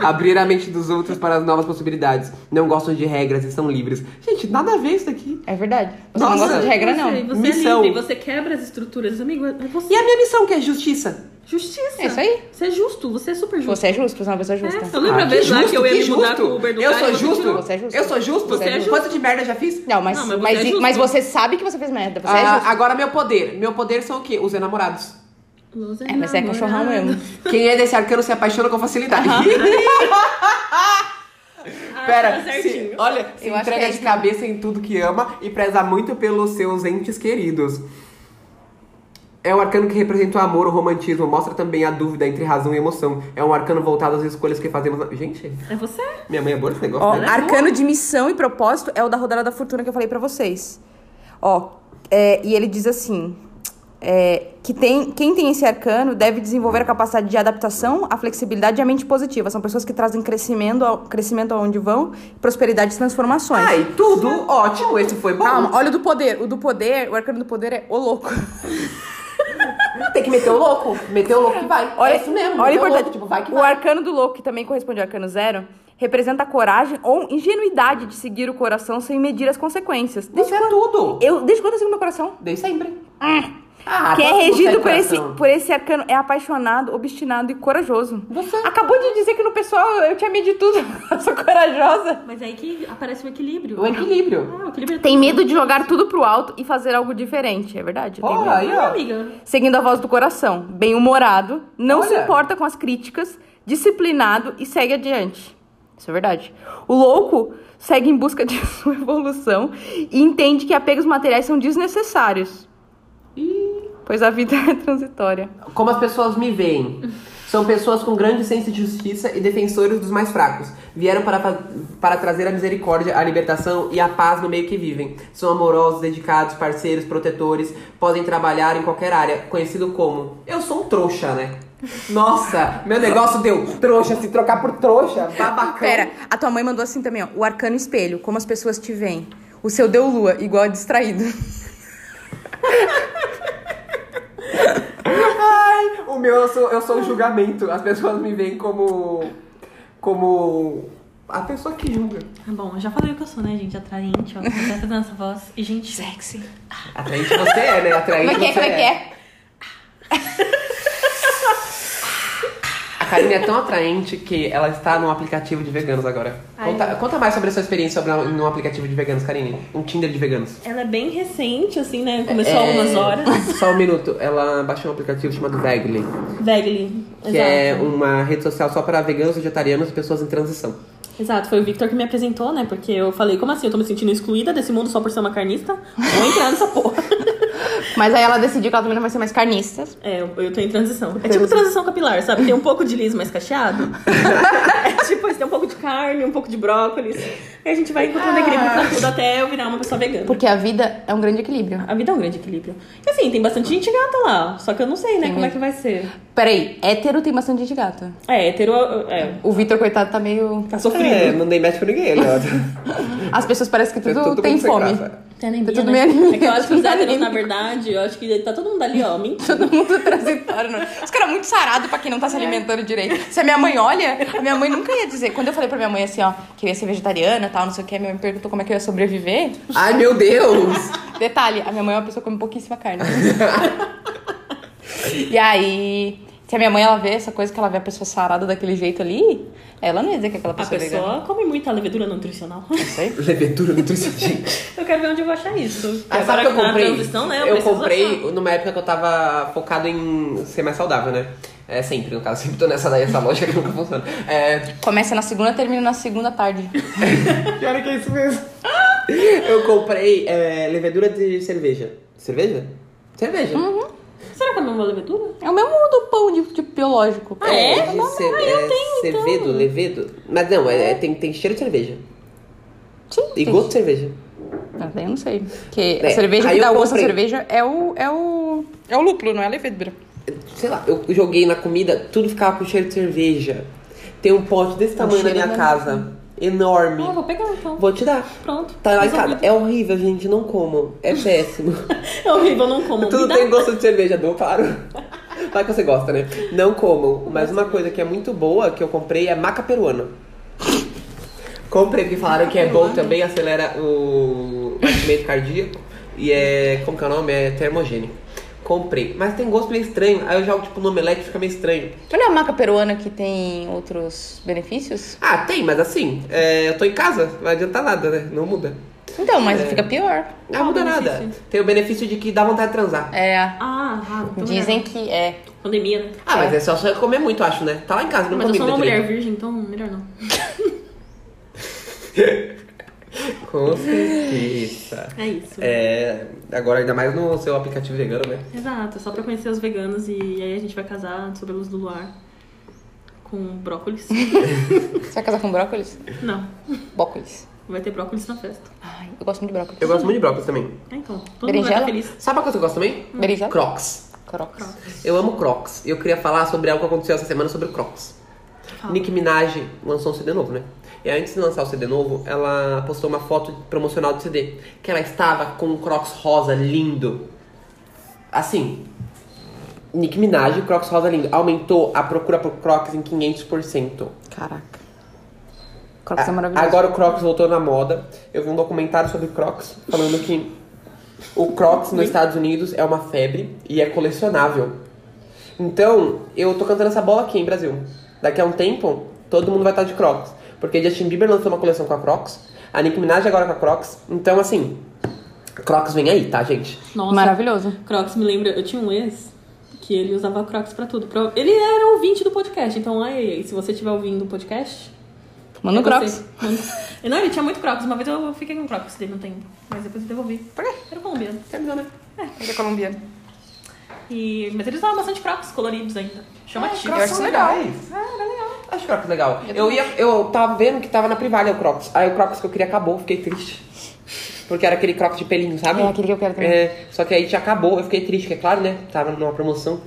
A: Abrir a mente dos outros para as novas possibilidades. Não gostam de regras e são livres. Gente, nada a ver isso daqui.
C: É verdade. Você
A: Nossa,
C: não gosta de regra, não.
B: Você, você
A: Missão.
B: é livre, você quebra as estruturas, amigo. É você.
A: E a minha missão, que é justiça.
B: Justiça.
C: É isso aí.
B: Você é justo, você é super justo.
C: Você é justo, você é uma pessoa justa.
B: É, eu lembro a
A: Ah, que
B: vez lá que eu ia
A: que
B: me mudar
A: justo.
B: com o Uber do
A: Eu
B: cara,
A: sou
B: e você
A: justo?
B: tirou.
C: Você é justo.
A: Eu sou justo?
B: Você é justo.
A: Quanto de merda eu já fiz?
C: Não, mas,
B: Não, mas
C: mas,
B: você é
C: mas,
B: justo.
C: você sabe que você fez merda. Você é
A: Ah,
C: justo.
A: agora meu poder. Meu poder são o quê? Os enamorados.
B: Los
C: É, mas é cachorrão
B: enamorados.
C: mesmo.
A: Quem é desse arcano se apaixona com facilidade.
B: Ah,
A: Pera,
B: tá certinho.
A: se- olha, se
C: Eu acho que
A: entrega
C: é
A: de
C: isso.
A: cabeça em tudo que ama e preza muito pelos seus entes queridos. É um arcano que representa o amor, o romantismo, mostra também a dúvida entre razão e emoção. É um arcano voltado às escolhas que fazemos. Na... Gente,
B: É você?
A: minha mãe é boa nesse negócio.
C: Ó,
A: né?
C: arcano de missão e propósito é o da rodada da fortuna que eu falei pra vocês. Ó, é, e ele diz assim: é, que tem, quem tem esse arcano deve desenvolver a capacidade de adaptação, a flexibilidade e a mente positiva. São pessoas que trazem crescimento, ao, crescimento aonde vão, prosperidade e transformações.
A: Ai, tudo ótimo, esse foi bom.
C: Calma, olha o do poder. O do poder, o arcano do poder é o louco.
A: Tem que meter o louco. Meter o louco que vai.
C: Olha,
A: é isso mesmo. meter
C: olha o
A: o
C: importante.
A: louco, tipo, vai que
C: o arcano do louco, que também corresponde ao arcano zero, representa a coragem ou ingenuidade de seguir o coração sem medir as consequências. Desde,
A: Isso é tudo.
C: eu, desde quando eu sigo meu coração?
A: Desde sempre. Ah, todo
C: Quem é
A: mundo
C: regido
A: segue
C: por esse,
A: coração.
C: por esse arcano é apaixonado, obstinado e corajoso.
A: Você.
C: Acabou de dizer que no pessoal eu, eu te amei de tudo. Eu sou corajosa.
B: Mas é aí que aparece o equilíbrio.
A: O equilíbrio.
B: Ah, o equilíbrio é
C: Tem medo de jogar tudo pro alto e fazer algo diferente. É verdade. eu tenho
A: Porra,
C: medo.
A: aí,
B: Não,
A: ó.
B: amiga.
C: Seguindo a voz do coração, bem-humorado, não se
A: Olha.
C: importa com as críticas, disciplinado e segue adiante. Isso é verdade. O louco segue em busca de sua evolução e entende que apegos materiais são desnecessários,
A: Ih,
C: pois a vida é transitória.
A: Como as pessoas me veem. São pessoas com grande senso de justiça e defensores dos mais fracos. Vieram para, fa- para trazer a misericórdia, a libertação e a paz no meio que vivem. São amorosos, dedicados, parceiros, protetores. Podem trabalhar em qualquer área, conhecido como... Eu sou um trouxa, né? Nossa, meu negócio deu trouxa, se trocar por trouxa, tá babacão.
C: Pera, a tua mãe mandou assim também, ó. O arcano espelho, como as pessoas te veem. O seu deu lua, igual a distraído.
A: Ai, o meu eu sou, eu sou o julgamento. As pessoas me veem como. como. a pessoa que julga.
B: Tá bom, eu já falei o que eu sou, né, gente? Atraente, ó. Você tá fazendo essa voz. E, gente,
E: Sexy.
A: Atraente você é, né? Atraente você
C: é?
A: A Karine é tão atraente que ela está num aplicativo de veganos agora.
B: Ai.
A: Conta, conta mais sobre a sua experiência sobre um, num aplicativo de veganos, Karine. Um Tinder de veganos.
B: ela é bem recente, assim, né? Começou há
A: É,
B: umas horas.
A: Só um minuto. Ela baixou um aplicativo chamado Vegly,
B: Vegli.
A: que
B: exato.
A: é uma rede social só para veganos, vegetarianos e pessoas em transição.
B: Exato, foi o Victor que me apresentou, né? Porque eu falei, como assim? Eu tô me sentindo excluída desse mundo só por ser uma carnista? Vou entrar nessa porra.
C: Mas aí ela decidiu que ela também não vai ser mais carnista.
B: É, eu, eu tô em transição. É tipo transição capilar, sabe? Tem um pouco de liso mais cacheado. é tipo, isso, tem um pouco de carne, um pouco de brócolis. E a gente vai encontrando equilíbrio pra tudo até eu virar uma pessoa vegana.
C: Porque a vida é um grande equilíbrio.
B: A vida é um grande equilíbrio. E assim, tem bastante gente gata lá. Só que eu não sei, né, como é que vai ser.
C: Peraí, hétero tem bastante gente gata.
B: É, hétero. É,
C: O Vitor, coitado, tá meio.
B: tá
A: É,
B: sofrido.
A: não dei match pra ninguém, né?
C: As pessoas parecem que tudo,
A: Todo mundo
C: tem
A: sem
C: fome.
A: graça.
B: Tá anemia,
C: Tá tudo
B: né?
C: meio anemia,
B: É que eu acho que os
C: tudo
B: héteros, na
C: anêmico.
B: verdade, eu acho que tá todo mundo ali, ó, mentindo.
C: Todo mundo é transitório. Não. Os caras muito sarado pra quem não tá se alimentando direito. Se a minha mãe olha, a minha mãe nunca ia dizer. Quando eu falei pra minha mãe assim, ó, que eu ia ser vegetariana e tal, não sei o que, a minha mãe perguntou como é que eu ia sobreviver.
A: Ai, meu Deus!
C: Detalhe, a minha mãe é uma pessoa que come pouquíssima carne. e aí, se a minha mãe ela vê essa coisa que ela vê a pessoa sarada daquele jeito ali, ela não ia dizer que aquela
B: A
C: pessoa é vegana.
B: pessoa come muita levedura nutricional.
A: Levedura nutricional.
B: Eu quero ver onde eu vou achar isso.
A: Ah, sabe
B: Agora
A: o que eu
B: na
A: comprei?
B: transição, né, eu
A: eu
B: preciso
A: comprei
B: achar.
A: numa época que eu tava focado em ser mais saudável, né? É sempre, no caso, sempre tô nessa daí, essa lógica que nunca funciona. É.
C: Começa na segunda, termina na segunda tarde.
A: Pior que é isso mesmo. Eu comprei é, levedura de cerveja. Cerveja? Cerveja.
B: Será que é a mesma levedura?
C: É o mesmo do pão de, de biológico.
B: Ah, então. é?
A: de ce- é cervedo, levedo. Mas não, é, é- tem, tem cheiro de cerveja.
C: Sim,
A: E
C: tem-
A: gosto de cerveja.
C: Ah, daí eu não sei. Porque
A: É,
C: a cerveja
A: aí
C: que dá
A: eu
C: o gosto à
A: comprei.
C: cerveja é o, é o. É o lúpulo, não é a levedura.
A: sei lá, eu joguei na comida, tudo ficava com cheiro de cerveja. Tem um pote desse tamanho na
C: cheiro
A: minha
C: da-
A: casa. Enorme.
B: Ah, eu vou pegar então.
A: Vou te dar.
B: Pronto.
A: Tá lá em
B: Resolvido.
A: casa. É horrível, gente. Não como. É péssimo.
B: É horrível, eu não como. Me
A: Tudo
B: dá-
A: tem gosto de cerveja, dou, claro. Vai que você gosta, né? Não comam. Mas uma coisa que é muito boa que eu comprei é maca peruana. Comprei porque falaram que é bom também, acelera o batimento cardíaco. E é. Como que é o nome? É termogênico. Comprei. Mas tem gosto meio estranho. Aí eu jogo tipo no omelete fica meio estranho.
C: Olha é a maca peruana que tem outros benefícios.
A: Ah, tem, mas assim, é, eu tô em casa, não vai adiantar nada, né? Não muda.
C: Então,
A: É.
C: mas fica pior.
A: Não
B: Qual
A: muda
B: o benefício?
A: nada. Tem o benefício de que dá vontade de transar.
C: É.
B: Ah, ah, então
C: Dizem que é.
B: melhor. Pandemia, né?
A: Ah, mas é só você comer muito, acho, né? Tá lá em casa, não
B: Mas eu
A: come
B: sou uma
A: muito.
B: mulher virgem, então melhor não.
A: Com certeza.
B: É isso.
A: É, agora ainda mais no seu aplicativo vegano, né?
B: Exato, é só pra conhecer os veganos e aí a gente vai casar sob a luz do luar com brócolis.
C: Você vai casar com brócolis?
B: não,
C: Brócolis.
B: vai ter brócolis na festa.
C: Ai, eu gosto muito de brócolis.
A: Eu gosto muito de brócolis também.
B: Ah, Então, todo mundo vai
C: Berinjela?
B: estar feliz.
A: Sabe uma coisa que eu gosto também?
C: Berinjela?
A: Crocs.
C: Crocs.
A: Eu amo Crocs. E eu queria falar sobre algo que aconteceu essa semana sobre Crocs.
B: Fala.
A: Nicki Minaj lançou um CD novo, né? E antes de lançar o CD novo, ela postou uma foto promocional do CD. Que ela estava com um Crocs rosa lindo. Assim, Nicki Minaj, Crocs rosa lindo. Aumentou a procura por Crocs em 500%.
C: Caraca.
D: Crocs é
A: A-
D: maravilhoso.
A: Ah, Agora o Crocs voltou na moda. Eu vi um documentário sobre Crocs falando que o Crocs nos Estados Unidos é uma febre e é colecionável. Então, eu tô cantando essa bola aqui em Brasil. Daqui a um tempo, todo mundo vai estar de Crocs. Porque Justin Bieber lançou uma coleção com a Crocs, a Nicki Minaj agora com a Crocs. Então, assim, Crocs vem aí, tá, gente?
B: Nossa,
D: Maravilhoso.
B: Crocs me lembra. Eu tinha um ex que ele usava Crocs pra tudo. Pra- Ele era ouvinte do podcast, então ai, ai, ai, se você estiver ouvindo o podcast.
D: Manda um
B: é
D: Crocs.
B: você. Manda- Não, ele tinha muito Crocs. Uma vez eu fiquei com Crocs dele um tempo, mas depois eu devolvi. Por quê? Era colombiano.
A: Terminou, né?
D: Ele é colombiano.
B: E... Mas eles usavam bastante Crocs coloridos ainda. Chamativo.
D: Eu acho
A: são
D: legal.
A: legais. Acho Crocs legal. Eu, ia, eu tava vendo que tava na privada o Crocs. Aí o Crocs que eu queria acabou, fiquei triste. Porque era aquele Crocs de pelinho, sabe?
D: É, aquele que eu quero também.
A: É, só que aí já acabou, eu fiquei triste, que é claro, né? Tava numa promoção.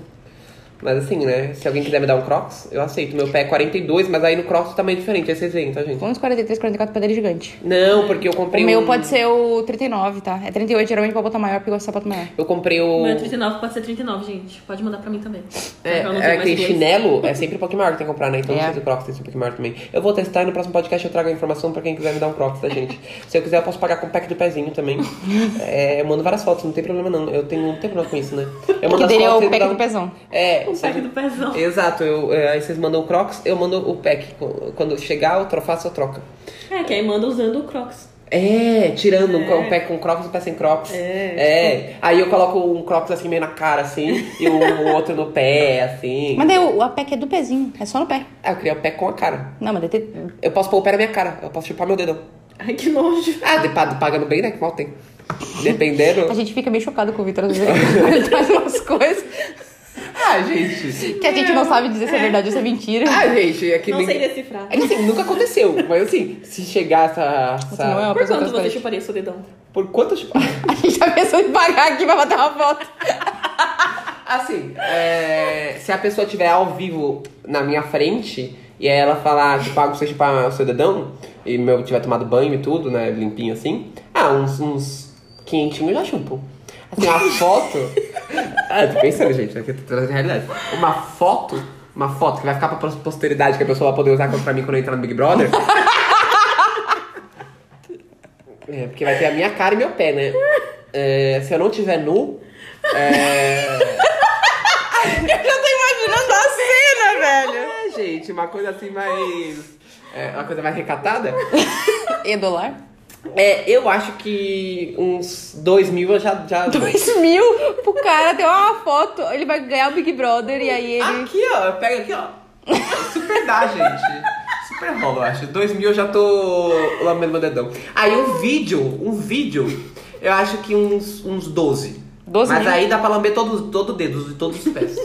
A: Mas assim, né? Se alguém quiser me dar um Crocs, eu aceito. Meu pé é 42, mas aí no Crocs o tamanho é diferente. Aí vocês veem, tá, gente?
D: Uns 43, 44 pedra gigante.
A: Não, porque eu comprei
D: O meu
A: um-
D: pode ser o 39, tá? É 38, geralmente pra botar maior, porque eu gosto de sapato maior.
A: Eu comprei o...
B: Meu é 39 pode ser 39, gente. Pode mandar pra mim também.
A: É,
B: Pra eu não ter
A: é
B: mais
A: aquele
B: dois.
A: chinelo é sempre o Pokémon que tem que comprar, né? Então
D: É.
A: não sei se o Crocs tem que ser o Pokémon também. Eu vou testar e no próximo podcast eu trago a informação pra quem quiser me dar um Crocs, tá, gente? se eu quiser, eu posso pagar com o pack do pezinho também. É, eu mando várias fotos, não tem problema não. Eu tenho, não tenho problema com isso, né? Eu
D: que
A: mando as
D: dele é
A: fotos
D: o
A: e me
D: pack
A: dá
D: do pezão.
A: É,
B: O pack
A: sabe?
B: do pezão.
A: Exato, eu, é, aí vocês mandam o Crocs, eu mando o pack. Quando chegar, eu tro- faço a troca.
B: É, que aí manda usando o Crocs.
A: É, tirando um co- um pé com crocs e um pé sem crocs. É. Aí eu coloco um crocs assim meio na cara, assim, e o, o outro no pé, assim.
D: Mas daí o, a pack é do pezinho, é só no pé.
A: Ah, eu queria o pé com a cara.
D: Não, mas daí tem...
A: Eu posso pôr o pé na minha cara, eu posso chupar meu dedão.
B: Ai, que nojo.
A: Ah, de, pa- pagando bem, né? Que mal tem. Dependendo.
D: a gente fica meio chocado com o Vitor às vezes. Ele faz umas coisas
A: ah, gente.
D: que a gente não sabe dizer se é verdade ou se é mentira.
A: Ah, gente, é que
B: não
A: nem-
B: sei decifrar.
A: É que assim, nunca aconteceu. Mas assim, se chegar essa. essa-
D: não é uma-
B: Por
D: pessoa
B: quanto você
D: transparente.
B: chuparia seu dedão?
A: Por quanto eu chupar?
D: A gente já pensou em pagar aqui pra bater uma foto.
A: Assim, é, se a pessoa estiver ao vivo na minha frente e aí ela falar, tipo, ah, você chupar o seu dedão, e meu tiver tomado banho e tudo, né? Limpinho assim, ah, uns, uns quentinhos eu já chupo. Assim, uma foto. ah, eu tô pensando, gente, aqui eu tô trazendo a realidade. Uma foto, uma foto que vai ficar pra pos- posteridade, que a pessoa vai poder usar contra mim quando eu entrar no Big Brother. É, porque vai ter a minha cara e meu pé, né? É, se eu não tiver nu,
D: Eu tô imaginando a cena, velho.
A: É, gente, uma coisa assim mais. é, uma coisa mais recatada.
D: Edolar?
A: É, eu acho que uns dois mil eu já. já dou.
D: Dois mil pro cara ter uma foto. Ele vai ganhar o Big Brother e aí ele.
A: Aqui, ó, eu pego aqui, ó. Super dá, gente. Super rola, eu acho. Dois mil eu já tô lambendo meu dedão. Aí um vídeo, um vídeo, eu acho que uns, uns 12.
D: 12
A: Mas
D: mil?
A: aí dá pra lamber todo, todo o dedo, de todos os pés.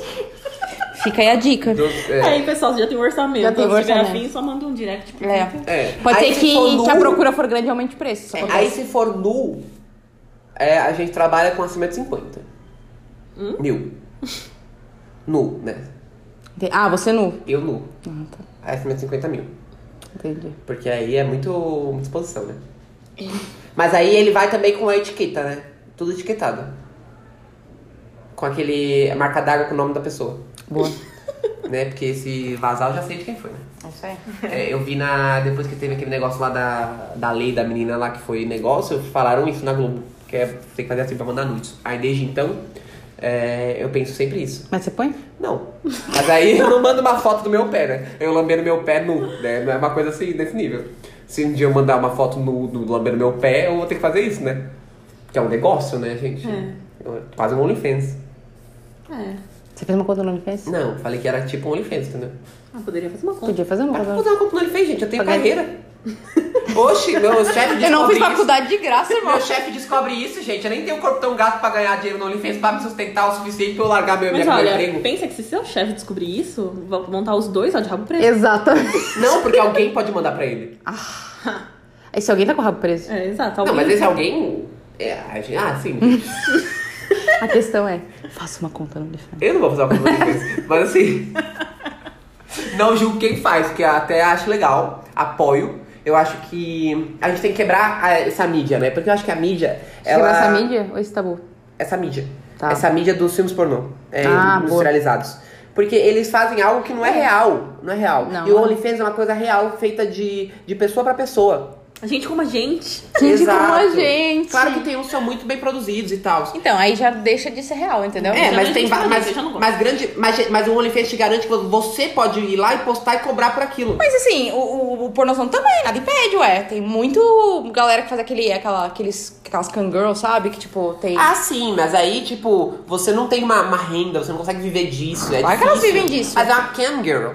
D: Fica aí a dica.
A: Doze, é.
B: Aí, pessoal, você já tem um orçamento.
D: Já tem
B: Se tiver
D: orçamento.
B: afim, só manda um direct. pro
D: É.
B: Vitor.
A: É.
D: Pode
A: Aí
D: ser
A: se for
D: que,
A: nu-
D: que a procura for grande, aumente o preço. Isso
C: Tá
A: É,
D: acontece.
A: aí se for nu, é, a gente trabalha com acima de 50. Mil. Nu, né?
D: Entendi. Ah, você nu.
A: Eu nu. É
D: Ah, tá.
A: Acima de 50 mil.
D: Entendi.
A: Porque aí é muito muita exposição, né? Mas aí ele vai também com a etiqueta, né? Tudo etiquetado. Com aquele a marca d'água com o nome da pessoa.
D: Boa.
A: Né? Porque esse vazar eu já sei de quem foi, né?
D: É isso aí.
A: É, eu vi na. Depois que teve aquele negócio lá da, da lei da menina lá que foi negócio, falaram isso na Globo. Que é, tem que fazer assim pra mandar nudes. Aí desde então, é, eu penso sempre isso.
D: Mas você põe?
A: Não. Mas aí eu não mando uma foto do meu pé, né? Eu lambendo meu pé nu, né? Não é uma coisa assim desse nível. Se um dia eu mandar uma foto nu do lambendo meu pé, eu vou ter que fazer isso, né? Que é um negócio, né, gente? É Quase um OnlyFans.
B: É.
D: Você fez uma conta no OnlyFans?
A: Não, falei que era tipo um OnlyFans, entendeu?
B: Ah, poderia fazer uma conta.
D: Podia fazer uma
A: Mas
D: conta.
A: vou dar uma conta no OnlyFans, gente. Eu tenho
D: Pagar-
A: carreira. Oxi, meu chefe descobre
D: Eu não fiz
A: isso.
D: faculdade de graça, irmão.
A: Meu chefe descobre isso, gente. Eu nem tenho um corpo tão gato pra ganhar dinheiro no OnlyFans pra me sustentar o suficiente pra eu largar meu,
B: Mas
A: minha- meu
B: olha,
A: emprego.
B: pensa que se seu chefe descobrir isso, vão montar os dois ó, de rabo preso.
D: Exatamente.
A: Não, porque alguém pode mandar pra ele.
D: Aí se alguém tá com o rabo preso,
B: É, exato.
A: Não,
B: Alguém-
A: mas esse alguém. É, a gente- ah, sim.
D: a questão é: faça uma conta no OnlyFans.
A: Eu não vou fazer uma coisa difícil. Mas assim. Não julgo quem faz, que até acho legal. Apoio. Eu acho que a gente tem que quebrar a- essa mídia, né? Porque eu acho que a mídia. Ela,
D: Ela... essa mídia ou esse tabu?
A: Essa mídia.
D: Tá.
A: Essa mídia dos filmes pornô. É,
D: Ah, boa.
A: industrializados. Porque eles fazem algo que não é real. Não é real.
D: Não.
A: E o OnlyFans é uma coisa real, feita de, de pessoa pra pessoa.
B: A gente como a gente.
D: Gente
A: Exato.
D: como a gente.
A: Claro que tem uns que são muito bem produzidos e tal.
C: Então, aí já deixa de ser real, entendeu?
A: É, mas
B: não
A: tem
B: existe
A: va-
B: pra
A: mas,
B: mim, eu não gosto.
A: mas grande, mas, mas o OnlyFans te garante que você pode ir lá e postar e cobrar por aquilo.
C: Mas assim, o, o, o pornozão também, nada impede, ué. Tem muito galera que faz aquele, aquela, aqueles, aquelas cangirl, sabe? Que tipo, tem.
A: Ah, sim, mas aí, tipo, você não tem uma, uma renda, você não consegue viver disso. É
C: Claro que elas
A: difícil.
C: vivem disso.
A: Mas é uma cam girl.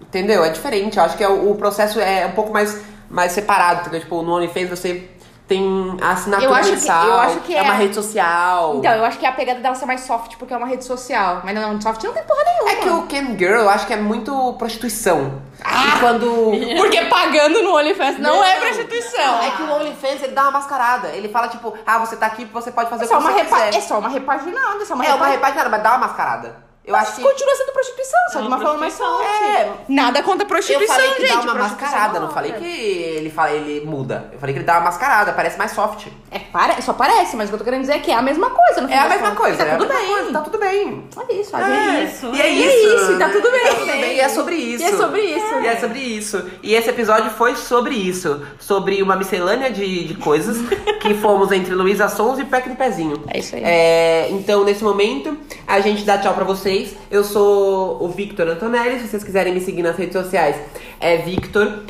A: Entendeu? É diferente. Eu acho que é o, o processo é um pouco mais, mais separado. Entendeu? Tipo, no OnlyFans você tem a assinatura
C: Eu acho que-
A: mensal,
C: eu acho que é-
A: uma rede social.
C: Então, eu acho que a pegada dela ser mais soft, porque é uma rede social. Mas não, soft não tem porra nenhuma.
A: é que o cam girl eu acho que é muito prostituição. E quando...
C: Porque pagando no Onifans Ah! não, é
A: Não,
C: prostituição.
A: é que o OnlyFans ele dá uma mascarada. Ele fala, tipo, ah, você tá aqui, você pode fazer
C: É só
A: o que
C: uma,
A: você
C: repa...
A: quiser.
C: é só uma repaginada, é só uma
A: É uma
C: repaginada.
A: repaginada, mas dá uma mascarada. Eu acho que.
C: Continua sendo prostituição, só
B: É
C: de
B: uma
C: uma forma mais soft.
A: É.
C: Nada contra a
A: Eu
C: prostituição,
A: falei que
C: gente.
A: dá uma
C: Prostituição
A: mascarada, não
C: é.
A: falei que ele fala, ele muda. Eu falei que ele dá uma mascarada, parece mais soft.
C: É, pare- só parece, mas o que eu tô querendo dizer é que é a mesma coisa, no fim
A: É a
C: das
A: mesma
C: contas.
A: coisa,
C: E
A: é
C: Tá
A: a
C: tudo
A: mesma
C: bem.
A: coisa, tá tudo bem.
C: É isso, a gente.
A: É.
B: isso.
A: E é
C: E
A: isso.
C: é isso, e tá
A: né?
C: tudo bem.
A: Tá tudo bem, e é sobre isso.
C: E é sobre isso.
A: E é sobre isso. E esse episódio foi sobre isso. Sobre uma miscelânea de, de coisas que fomos entre Luísa Sons e Peck do Pezinho.
C: É isso aí.
A: É, então, nesse momento, a gente dá tchau pra vocês. Eu sou o Victor Antonelli. Se vocês quiserem me seguir nas redes sociais, é Victor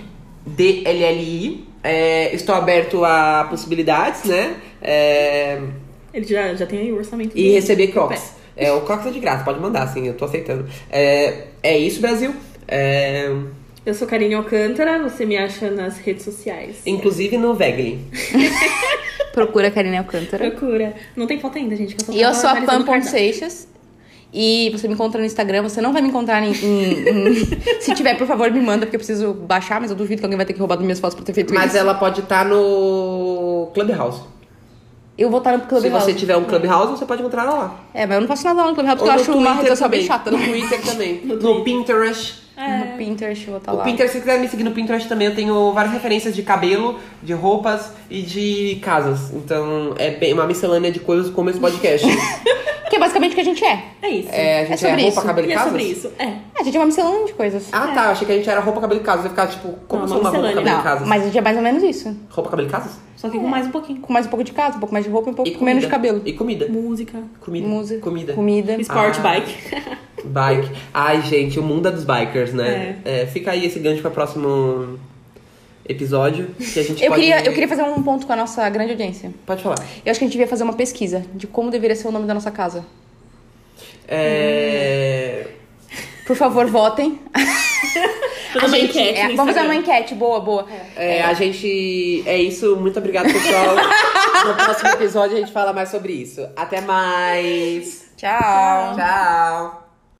A: DLLI. É, estou aberto a possibilidades, né? É,
B: Ele já, já tem aí o orçamento.
A: e
B: dele.
A: receber Crocs. É, o Crocs é de graça, pode mandar, sim, eu tô aceitando. É, é isso, Brasil. É,
B: Eu sou Karine Alcântara, você me acha nas redes sociais.
A: inclusive no Vegli.
C: Procura a Karine Alcântara.
B: Procura. Não tem foto ainda, gente. que só
C: E eu
B: tava
C: sou a
B: analisando
C: Pam
B: o cardápio.
C: Seixas. E você me encontra no Instagram, você não vai me encontrar em. em- em- Se tiver, por favor, me manda, porque eu preciso baixar, mas eu duvido que alguém vai ter que roubar das minhas fotos pra ter feito
A: Mas
C: isso.
A: ela pode estar no Clubhouse.
C: Eu vou estar no
A: Se
C: Clubhouse.
A: você tiver um Clubhouse, você pode encontrar ela lá.
C: É, mas eu não faço nada lá no Clubhouse, porque
A: Ou
C: eu
A: no
C: acho uma rede
A: Twitter
C: social bem chata.
A: também.
C: né?
A: No Twitter também. No Pinterest.
C: No Pinterest eu vou estar
A: O
C: Tá lá.
A: Pinterest, se quiser me seguir no Pinterest também, eu tenho várias referências de cabelo, de roupas e de casas. Então é bem uma miscelânea de coisas como esse podcast.
C: Que é basicamente o que a gente é.
B: É isso.
A: É, a gente é,
C: sobre
A: roupa,
C: isso.
A: cabelo e,
B: E é
A: casas?
B: sobre isso. É.
C: A gente é uma miscelânea de coisas.
A: Ah tá, eu achei que a gente era roupa, cabelo e casas. Eu ficava tipo, como
B: Não,
A: são uma
B: uma
A: roupa,
B: miscelânea.
A: cabelo e
C: Não,
A: casas?
C: mas a gente é mais ou menos isso.
A: Roupa, cabelo e casas?
B: Só que com mais um pouquinho.
C: Com mais um pouco de casa, um pouco mais de roupa, um pouco
A: E
C: menos
A: comida.
C: de cabelo.
A: E comida.
B: Música.
A: Comida.
C: Música.
A: Comida.
C: Comida.
B: Sport
A: Ah.
B: bike.
A: Bike. Ai, gente, o mundo é dos bikers, né? É, fica aí esse gancho pra próximo episódio. Que a gente
C: Eu
A: pode...
C: queria, eu queria fazer um ponto com a nossa grande audiência.
A: Pode falar.
C: Eu acho que a gente devia fazer uma pesquisa de como deveria ser o nome da nossa casa.
A: É...
C: Por favor, votem.
B: Fazer uma enquete né?
C: é,
B: no
C: vamos fazer
B: Instagram.
C: uma enquete, boa, boa.
A: É, a gente. É isso. Muito obrigado, pessoal. no próximo episódio a gente fala mais sobre isso. Até mais.
C: Tchau.
A: Tchau.